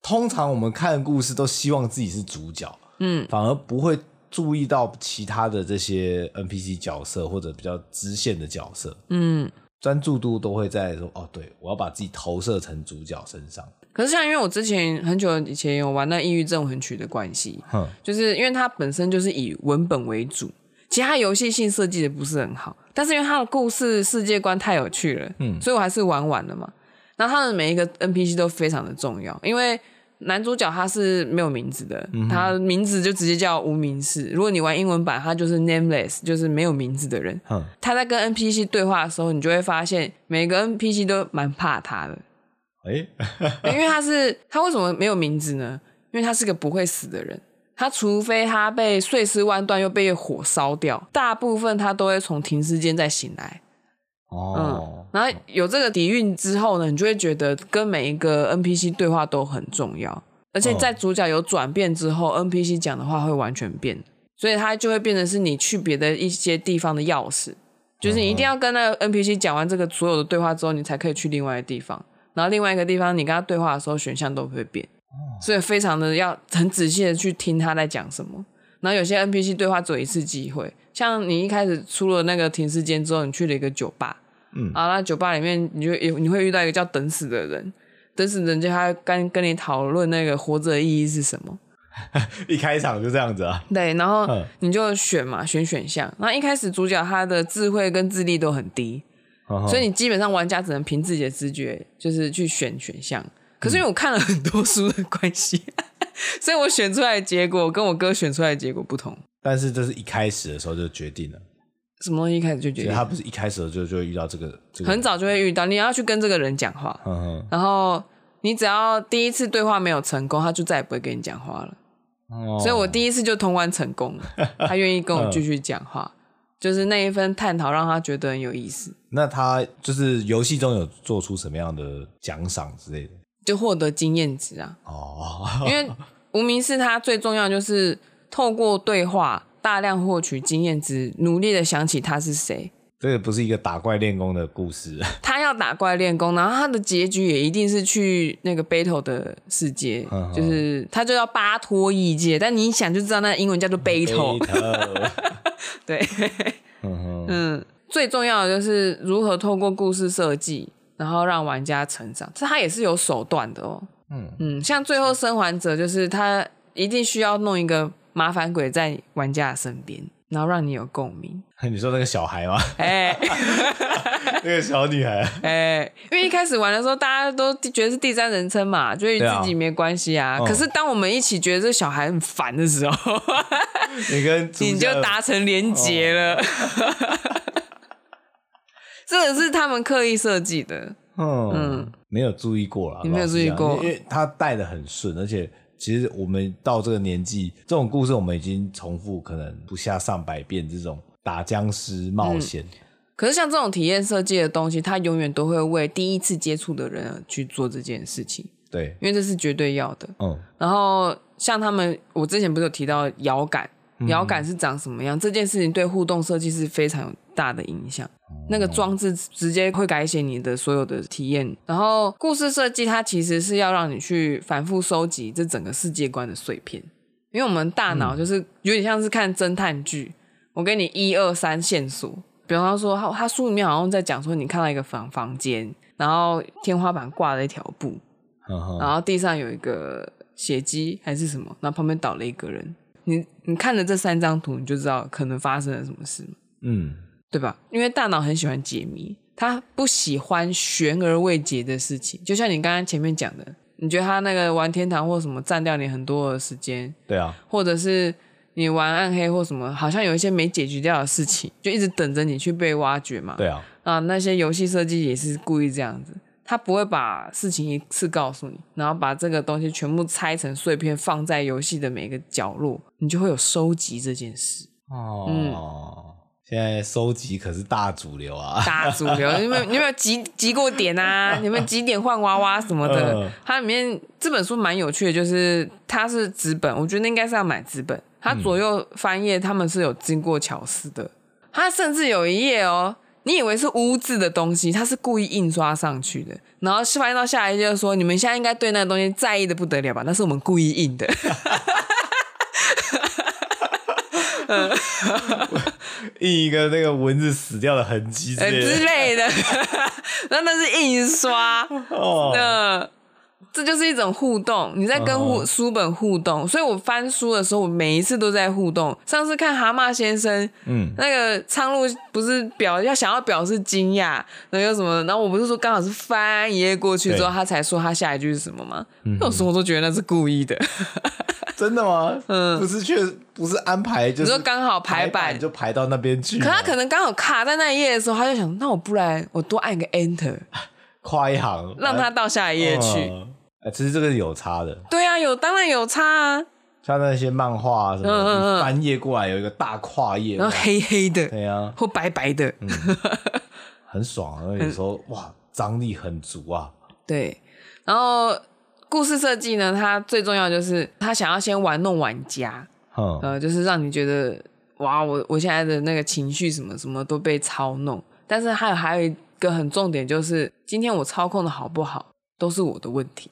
通常我们看故事都希望自己是主角，
嗯，
反而不会注意到其他的这些 NPC 角色或者比较支线的角色，
嗯。
专注度都会在说哦，对我要把自己投射成主角身上，
可是像因为我之前很久以前有玩那《抑郁症魂曲》的关系，
哼，
就是因为它本身就是以文本为主，其实它游戏性设计的不是很好，但是因为它的故事世界观太有趣了，嗯，所以我还是玩完了嘛。然后它的每一个 NPC 都非常的重要，因为男主角他是没有名字的，他名字就直接叫无名氏。如果你玩英文版，他就是 nameless，就是没有名字的人。
哼
他在跟 NPC 对话的时候，你就会发现每个 NPC 都蛮怕他的，
哎、
因为他是他为什么没有名字呢？因为他是个不会死的人，他除非他被碎尸万段又被火烧掉，大部分他都会从停尸间再醒来。
哦，
然后有这个底蕴之后呢，你就会觉得跟每一个 NPC 对话都很重要，而且在主角有转变之后、n p c 讲的话会完全变，所以他就会变成是你去别的一些地方的钥匙，就是你一
嗯
定要跟那个 NPC 讲完这个所有的对话之后，你才可以去另外的地方。然后另外一个地方，你跟他对话的时候，选项都会变，
哦
所以非常的要很仔细的去听他在讲什么。然后有些 NPC 对话只有一次机会，像你一开始出了那个停尸间之后，你去了一个酒吧，
嗯
啊，那酒吧里面你就有你会遇到一个叫等死的人，等死的人就他跟跟你讨论那个活着的意义是什么，
一开场就这样子啊，
对，然后
嗯
你就选嘛，选选项。那一开始主角他的智慧跟智力都很低，
嗯哼
所以你基本上玩家只能凭自己的直觉，就是去选选项。可是因为我看了很多书的关系， 所以我选出来的结果跟我哥选出来的结果不同。
嗯但是这是一开始的时候就决定了，
什么东西一开始就决
所以
定，
他不是一开始的时候就就会遇到这个这个，
很早就会遇到，你要去跟这个人讲话，
嗯哼
然后你只要第一次对话没有成功，他就再也不会跟你讲话了。
哦嗯
所以我第一次就通关成功了，他愿意 跟我继续讲话，就是那一份探讨让他觉得很有意思，
那他就是游戏中有做出什么样的奖赏之类的
就获得经验值啊。
哦，
因为无名氏他最重要就是透过对话大量获取经验值，努力的想起他是谁。
这个不是一个打怪练功的故事，
他要打怪练功，然后他的结局也一定是去那个 battle 的世界，
嗯嗯嗯
就是他就要巴托异界。但你一想就知道，那英文叫做 battle，
头，
对。
嗯哼，
嗯，最重要的就是如何透过故事设计，然后让玩家成长，这它也是有手段的哦。
嗯
嗯，像最后生还者，就是他一定需要弄一个麻烦鬼在玩家的身边，然后让你有共鸣。
你说那个小孩吗？
哎
那个小女孩，
哎，因为一开始玩的时候，大家都觉得是第三人称嘛，就与
对啊
自己没关系啊。
嗯
可是当我们一起觉得这小孩很烦的时候，
你跟朱
你
家
就达成连结了。 这个是他们刻意设计的。
嗯，没有注意过啦，
你没有
老实讲
注意过
因为因为他带的很顺，而且其实我们到这个年纪，这种故事我们已经重复可能不下上百遍，这种打僵尸
嗯
冒险，
可是像这种体验设计的东西，它永远都会为第一次接触的人而去做这件事情，
对，
因为这是绝对要的。
嗯，
然后像他们，我之前不是有提到摇杆，摇杆是长什么样、这件事情，对互动设计是非常有大的影响。那个装置直接会改写你的所有的体验。然后故事设计，它其实是要让你去反复收集这整个世界观的碎片，因为我们大脑就是有点像是看侦探剧，我给你一二三线索。比方说，他他书里面好像在讲说，你看到一个房房间，然后天花板挂了一条布，
嗯哼
然后地上有一个血迹还是什么，然后旁边倒了一个人。你你看着这三张图，你就知道可能发生了什么事，
嗯，
对吧？因为大脑很喜欢解谜，他不喜欢悬而未解的事情。就像你刚刚前面讲的，你觉得他那个玩天堂或什么占掉你很多的时间，
对啊，
或者是你玩暗黑或什么，好像有一些没解决掉的事情，就一直等着你去被挖掘嘛。
对啊，
啊，那些游戏设计也是故意这样子，他不会把事情一次告诉你，然后把这个东西全部拆成碎片放在游戏的每个角落，你就会有收集这件事。嗯
哦，现在收集可是大主流啊，
大主流，你有没有你有没有集集过点啊？你有没有集点换娃娃什么的
嗯？
它里面这本书蛮有趣的，就是它是纸本，我觉得应该是要买纸本。它左右翻页，他们是有经过巧思的。它甚至有一页哦，你以为是污渍的东西，它是故意印刷上去的。然后翻到下一页，就是说你们现在应该对那个东西在意的不得了吧？那是我们故意印的。
印一个那个蚊子死掉的痕迹之
呃
类
之
的，
类的， 那那是印刷，
哦
那、这就是一种互动，你在跟互、
哦
书本互动，所以我翻书的时候，我每一次都在互动。上次看《蛤蟆先生》，
嗯，
那个苍鹭不是表要想要表示惊讶，然后又什么？然后我不是说刚好是翻一页过去之后，
对嗯
他才说他下一句是什么吗？有时候我都觉得那是故意的。
真的吗？嗯，不是确不是安排，就
你
是
说刚好排
排
版
就排到那边去吗，
可他可能刚好卡在那一页的时候，他就想，那我不然我多按一个 Enter，
跨一行，哎
让他到下一页去。
嗯。哎，其实这个是有差的，
对啊，有当然有差啊。
像那些漫画啊什么，
嗯嗯嗯哎
你翻页过来有一个大跨页，
然后
哇
黑黑的
对啊，
或白白的，
很爽啊。有时候哇，张力很足啊。
对。然后故事设计呢，它最重要就是它想要先玩弄玩家，
哼，
呃，就是让你觉得哇，我我现在的那个情绪什么什么都被操弄。但是还有还有一个很重点就是，今天我操控的好不好，都是我的问题。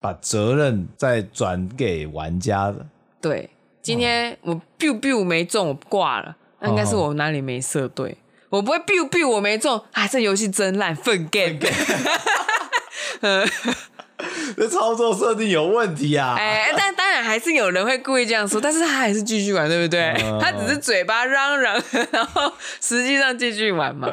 把责任再转给玩家的，
对，今天我 biu biu 没中，我挂了，那应该是
哦
我哪里没射对。我不会 biu biu 我没中，哎，这游戏真烂，粪 game。
这操作设定有问题啊。
哎、但当然还是有人会故意这样说，但是他还是继续玩，对不对？
嗯
他只是嘴巴嚷嚷，然后实际上继续玩嘛。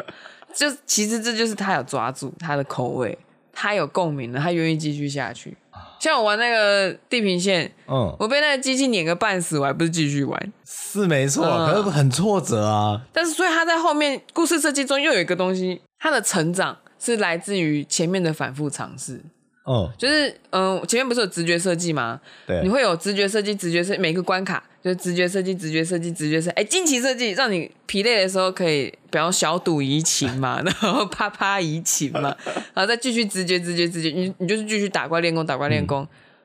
就其实这就是他有抓住他的口味，他有共鸣了，他愿意继续下去。像我玩那个地平线，
嗯，
我被那个机器碾个半死，我还不是继续玩。
是没错，
嗯
可是很挫折啊。
但是所以他在后面故事设计中又有一个东西，他的成长是来自于前面的反复尝试。
嗯，
就是嗯、呃前面不是有直觉设计吗？
对，
你会有直觉设计、直觉设每个关卡就是直觉设计、直觉设计、直觉设计，哎，惊奇设计，让你疲累的时候可以，比方小赌怡情嘛， 然后啪啪怡情嘛，然后再继续直觉、直觉、直觉，你你就是继续打怪练功、打怪练功，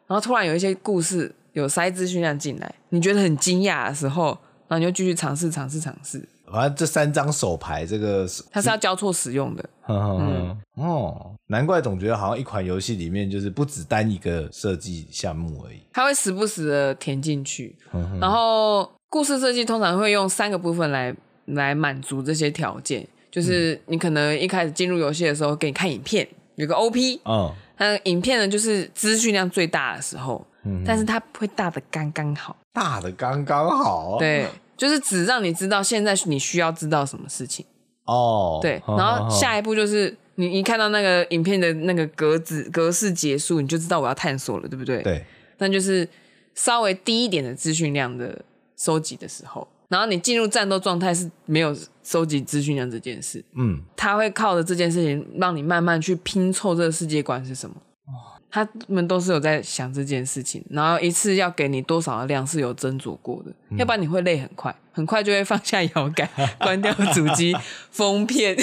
然后突然有一些故事有塞资讯量进来，你觉得很惊讶的时候，然后你就继续尝试、尝试、尝试，
反正这三张手牌，这个是，
它是要交错使用的。
呵呵
嗯
呵哦，难怪总觉得好像一款游戏里面就是不只单一个设计项目而已。
它会时不时的填进去
嗯，
然后故事设计通常会用三个部分来来满足这些条件，就是你可能一开始进入游戏的时候给你看影片，有个 OP，
嗯，
那影片呢就是资讯量最大的时候，
嗯
但是它会大的刚刚好，
大的刚刚好。，
对，就是只让你知道现在你需要知道什么事情，
哦，
对，
呵
然后
呵
下一步就是。你一看到那个影片的那个格子格式结束，你就知道我要探索了，对不对？
对，
那就是稍微低一点的资讯量的收集的时候，然后你进入战斗状态是没有收集资讯量这件事，
嗯，
他会靠着这件事情让你慢慢去拼凑这个世界观是什么。哦他们都是有在想这件事情，然后一次要给你多少的量是有斟酌过的，要不然你会累很快，很快就会放下摇 杆，关掉主 机，封片。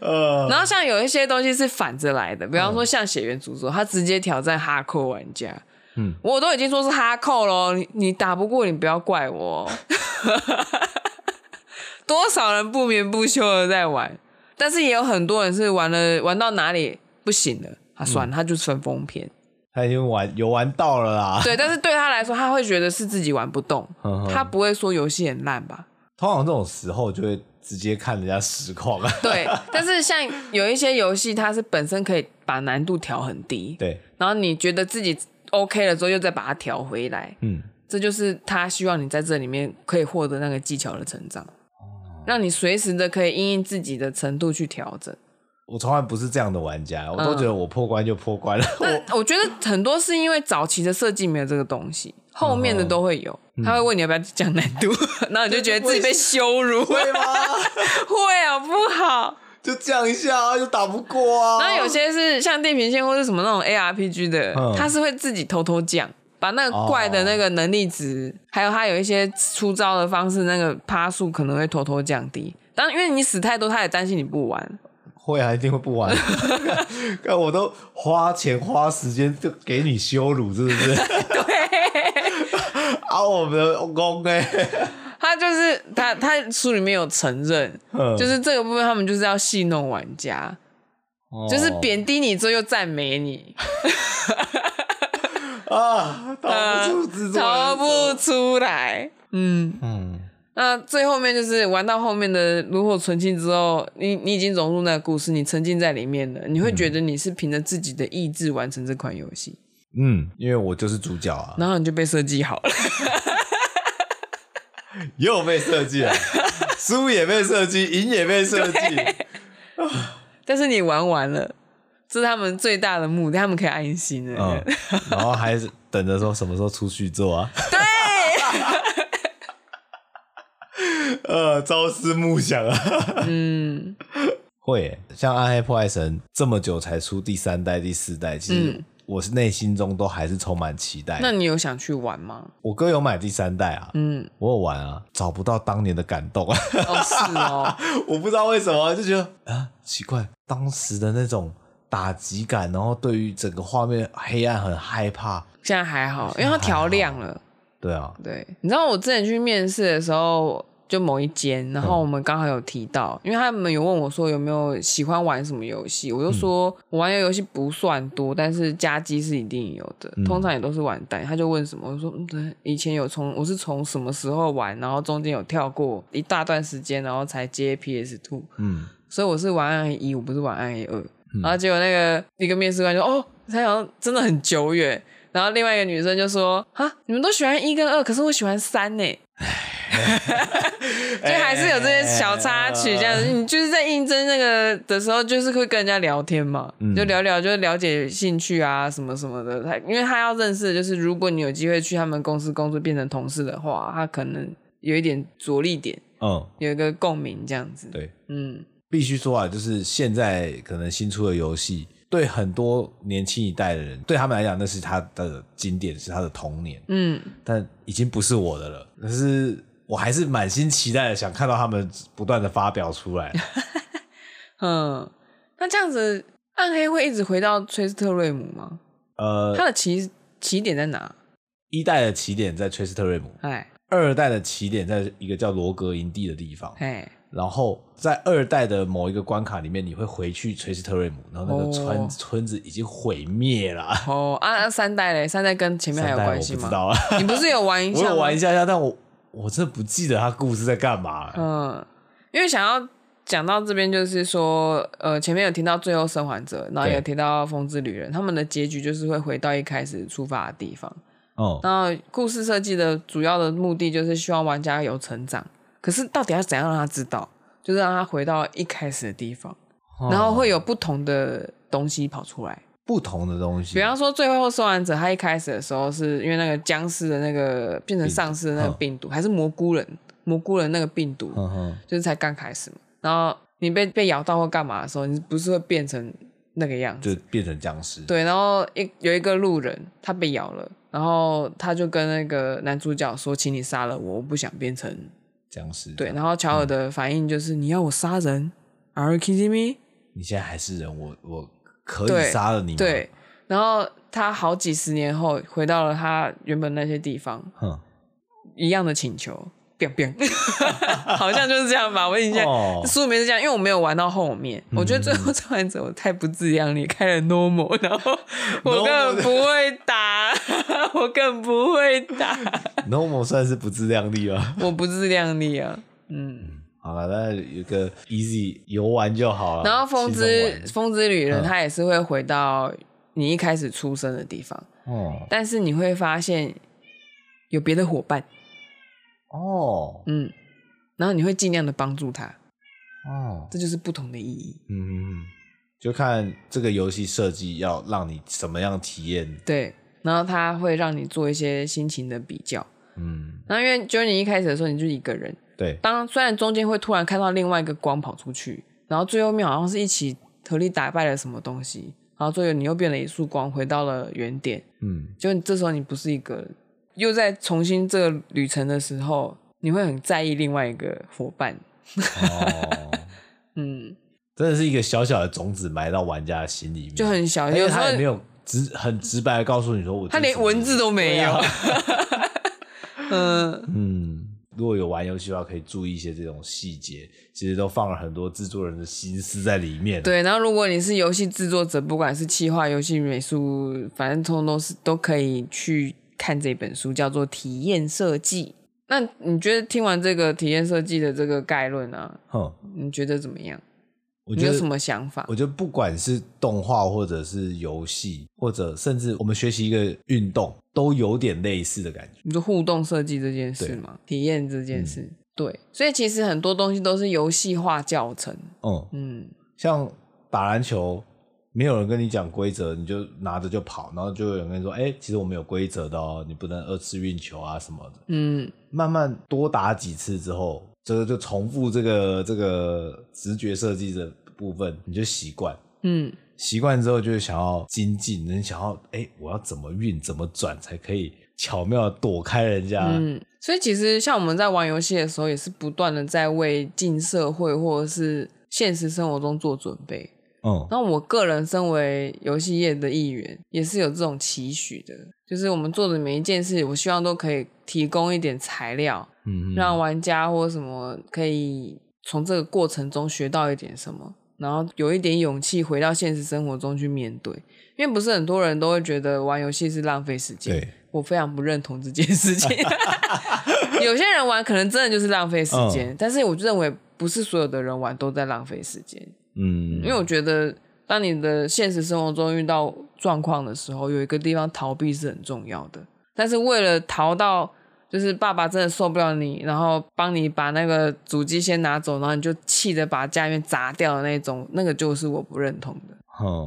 呃，
然后像有一些东西是反着来的，比方说像《血缘诅咒》，他直接挑战哈扣玩家。
嗯
嗯，我都已经说是哈扣咯，你你打不过你不要怪我哦。 多少人不眠不休的在玩，但是也有很多人是玩了玩到哪里不行了，他算了，他就是分封片。
他已经玩游玩到了啦。
对，但是对他来说，他会觉得是自己玩不动
嗯哼，
他不会说游戏很烂吧？
通常这种时候就会直接看人家实况啊。
对，但是像有一些游戏，它是本身可以把难度调很低，
对，
然后你觉得自己 OK 了之后，又再把它调回来，
嗯，
这就是他希望你在这里面可以获得那个技巧的成长，让你随时的可以因应自己的程度去调整。
我从来不是这样的玩家，我
嗯
都觉得我破关就破关了。我
但我觉得很多是因为早期的设计没有这个东西，后面的都会有。他会问你要不要降难度，然后你就觉得自己被羞辱，
会吗？
会好不好？
就降一下啊，就打不过啊。
然后有些是像地平线或是什么那种 ARPG 的
嗯，
它是会自己偷偷降，把那个怪的那个能力
哦
值，还有它有一些出招的方式，那个趴数可能会偷偷降低。当然，因为你死太多，他也担心你不玩。
会啊，一定会不 玩。看我都花钱花时间就给你羞辱，是不是？对。 啊，我们的公哎、
他就是他，他书里面有承认，
嗯
就是这个部分，他们就是要戏弄玩家，
嗯
就是贬低你之后又赞 美你，
哦啊，逃不出制作
呃逃
人的手
不出来。嗯，
嗯，
那最后面就是玩到后面的炉火纯青之后，你你已经融入那个故事，你沉浸在里面了，你会觉得你是凭着自己的意志完成这款游戏，
嗯，因为我就是主角啊，
然后你就被设计好了。
又被设计了， 输也被设计，赢也被设计。
但是你玩完了，这是他们最大的目的，他们可以安心了。
嗯， 然后还是等着说什么时候出续作啊？对， 呃，朝思暮想啊。嗯， 会耶像《暗黑破坏神》这么久才出第三代、第四代，其实我是内心中都还是充满期待。
嗯那你有想去玩吗？
我哥有买第三代啊，
嗯，
我有玩啊，找不到当年的感动 啊，
哦是 哦，
我不知道为什么，就觉得啊奇怪，当时的那种打击感，然后对于整个画面黑暗很害怕。
现在还好，因为它调亮了。
对啊，
对，你知道我之前去面试的时候，就某一间，然后我们刚好有提到，因为他们有问我说有没有喜欢玩什么游戏，我就说我玩的游戏不算多，但是家机是一定有的，通常也都是玩单。他就问什么，我就说嗯，对以前有从我是从什么时候玩，然后中间有跳过一大段时间，然后才接 PS Two，
嗯，
所以我是玩暗黑一，我不是玩暗黑二。然后结果那个一个面试官就哦，他好像真的很久远。然后另外一个女生就说啊，你们都喜欢一跟二，可是我喜欢三呢。就还是有这些小插曲，这样子，你就是在应征那个的时候，就是会跟人家聊天嘛，就聊聊，就了解兴趣啊，什么什么的。他因为他要认识，的就是如果你有机会去他们公司工作，变成同事的话，他可能有一点着力点，
嗯，
有一个共鸣这样子。
对，
嗯，
必须说啊，就是现在可能新出的游戏，对很多年轻一代的人，对他们来讲，那是他的经典，是他的童年。
嗯，
但已经不是我的了。可是我还是满心期待的，想看到他们不断的发表出 来。
嗯，那这样子，暗黑会一直回到崔斯特瑞姆吗？
呃，
他的起起点在哪？
一代的起点在崔斯特瑞姆，
哎
二代的起点在一个叫罗格营地的地方。
哎，
然后在二代的某一个关卡里面，你会回去崔斯特瑞姆，然后那个村、
哦
村子已经毁灭了。
哦啊，啊三代嘞，三代跟前面还有
三代
关系
我不
吗
知？道啊，
你不是有玩一
我
下
有
吗？
玩一下下，但我我真的不记得他故事在干嘛、
嗯，因为想要讲到这边，就是说，呃，前面有提到《最后生还者》，然后
对
也有提到《风之旅人》，他们的结局就是会回到一开始出发的地方。
嗯，
然后故事设计的主要的目的就是希望玩家有成长，可是到底要怎样让他知道？就是让他回到一开始的地方，
哦
然后会有不同的东西跑出来。
不同的东西。
比方说，最后生还者他一开始的时候是因为那个僵尸的那个变成丧尸的那个病毒，还是蘑菇人蘑菇人那个病毒，
嗯哼，
就是才刚开始嘛。然后你被被咬到或干嘛的时候，你不是会变成那个样子？
就变成僵尸。
对，然后一有一个路人他被咬了，然后他就跟那个男主角说：“请你杀了我，我不想变成。
僵尸”
对，然后乔尔的反应就是：“你要我杀人？Are you kidding me？”
你现在还是人，我我可
对
以杀了你吗？，
对，然后他好几十年后回到了他原本那些地方，
哼，
一样的请求。biang biang，好像就是这样吧。我印象、
哦嗯
书里面是这样，因为我没有玩到后面。我觉得最后生还者我太不自量力，开了 normal，然 后我
Normal
根本不会打，我更不会打，
normal 算是不自量力了。
我不自量力啊。嗯，
好了，那有个 easy 游玩就好了。
然后风之
啊轻嗯
风之旅人他也是会回到你一开始出生的地方，
松玩
但是你会发现有别的伙伴，
哦哦
嗯，然后你会尽量的帮助他，
哦，
这就是不同的意义。
嗯，嗯嗯就看这个游戏设计要让你什么样体验。
对，然后他会让你做一些心情的比较。
嗯，
那因为 Journey 一开始的时候你就一个人，
对，
当虽然中间会突然看到另外一个光跑出去，然后最后面好像是一起合力打败了什么东西，然后最后你又变了一束光回到了原点，
嗯
就这时候你不是一个人，又在重新这个旅程的时候，你会很在意另外一个伙伴。
哦，
嗯，
真的是一个小小的种子埋到玩家的心里面，
就很小，
而且
有时候
哎他也没有直很直白的告诉你啊说我
他连文字都没有。嗯，
嗯，如果有玩游戏的话，可以注意一些这种细节，其实都放了很多制作人的心思在里面。，
对，然后如果你是游戏制作者，不管是企划、游戏、美术，反正通通都是都可以去看这本书，叫做《体验设计》。那你觉得听完这个体验设计的这个概论啊，
哼，
你觉得怎么样？
我
你
觉
有
得
什么想法？
我觉得不管是动画，或者是游戏，或者甚至我们学习一个运动，都有点类似的感觉。
你说互动设计这件事
对
嘛，体验这件
嗯
事，对，所以其实很多东西都是游戏化教程。
嗯，
嗯，
像打篮球，没有人跟你讲规则，你就拿着就跑，然后就有人跟你说：“哎、其实我们有规则的哦，你不能二次运球啊什么的。”
嗯，
慢慢多打几次之后，这个就重复这个这个直觉设计的部分，你就习惯。
嗯，
习惯之后，就会想要精进，你想要哎、诶我要怎么运、怎么转才可以巧妙地躲开人家？
嗯，所以其实像我们在玩游戏的时候，也是不断的在为进社会或者是现实生活中做准备。
嗯
那我个人身为游戏业的一员，也是有这种期许的，就是我们做的每一件事，我希望都可以提供一点材料，
嗯，
让玩家或什么可以从这个过程中学到一点什么，然后有一点勇气回到现实生活中去面对。因为不是很多人都会觉得玩游戏是浪费时间
对，
我非常不认同这件事情。 有些人玩可能真的就是浪费时间，但是我就认为不是所有的人玩都在浪费时间，
嗯，
因为我觉得当你的现实生活中遇到状况的时候，有一个地方逃避是很重要的。但是为了逃到，就是爸爸真的受不了你，然后帮你把那个主机先拿走，然后你就气得把家里面砸掉的那种，那个就是我不认同的。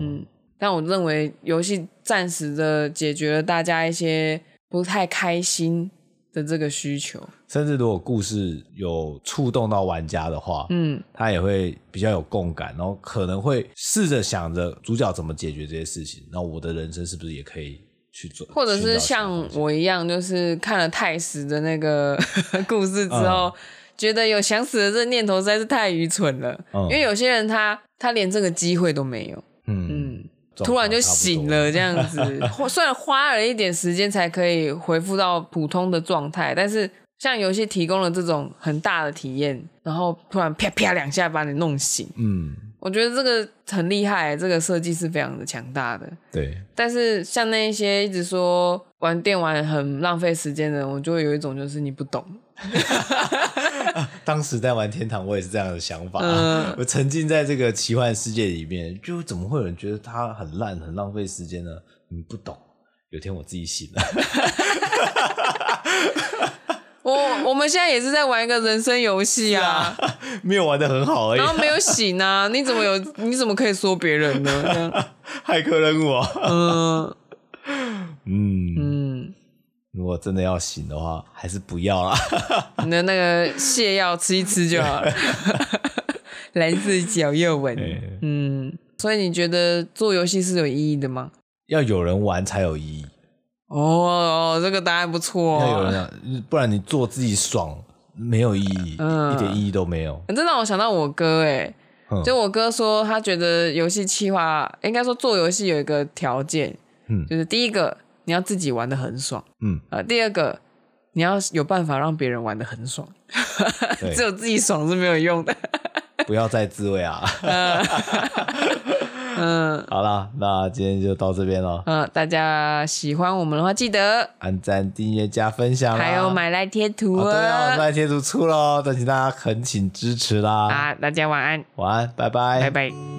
嗯，
但我认为游戏暂时的解决了大家一些不太开心的这个需求。
甚至如果故事有触动到玩家的话，
嗯，
他也会比较有共感，然后可能会试着想着主角怎么解决这些事情，那我的人生是不是也可以去做？
或者
寻
是
找相
像
同性
我一样，就是看了泰史的那个 故事之后，觉得有想死的这念头实在是太愚蠢了。
嗯
因为有些人他他连这个机会都没有，
嗯，
嗯，
状
突然
况
就
差不
醒
多
了这样子。花虽然花了一点时间才可以恢复到普通的状态，但是像游戏提供了这种很大的体验，然后突然啪啪两下把你弄醒，
嗯，
我觉得这个很厉害，这个设计是非常的强大的。
对，
但是像那一些一直说玩电玩很浪费时间的人，我就会有一种就是你不懂，
当时在玩天堂，我也是这样的想法，
嗯
我沉浸在这个奇幻世界里面，就怎么会有人觉得它很烂、很浪费时间呢？你不懂。有天我自己醒了，
我 我们现在也是在玩一个人生游戏啊，
没有玩的很好而已
然。后没有醒啊，你怎么有你怎么可以说别人呢？ 这样
骇客任务、啊，
嗯
嗯，
嗯，
如果真的要醒的话，还是不要啦。
你的那个泻药吃一吃就 好了，来自角右
哎
文，嗯，所以你觉得做游戏是有意义的吗？
要有人玩才有意义，
哦哦，这个答案不错、
要有
哦，
人玩，不然你做自己爽没有意义，
嗯
一点意义都没有。
欸这让我想到我哥哎、欸
嗯
就我哥说他觉得游戏企划，应该说做游戏有一个条件，
嗯
就是第一个你要自己玩的很爽，
嗯，
呃，第二个你要有办法让别人玩的很爽，
对
只，有自己爽是没有用的。
不要再自慰啊。
嗯
好啦，那今天就到这边了。
呃，大家喜欢我们的话，记得
按赞、订阅、加分享啦，
还有买来贴图
哦，对啊，
哦。
赖贴图出喽，但请大家恳请支持啦。
啊，大家晚安，
晚安，拜拜，
拜拜。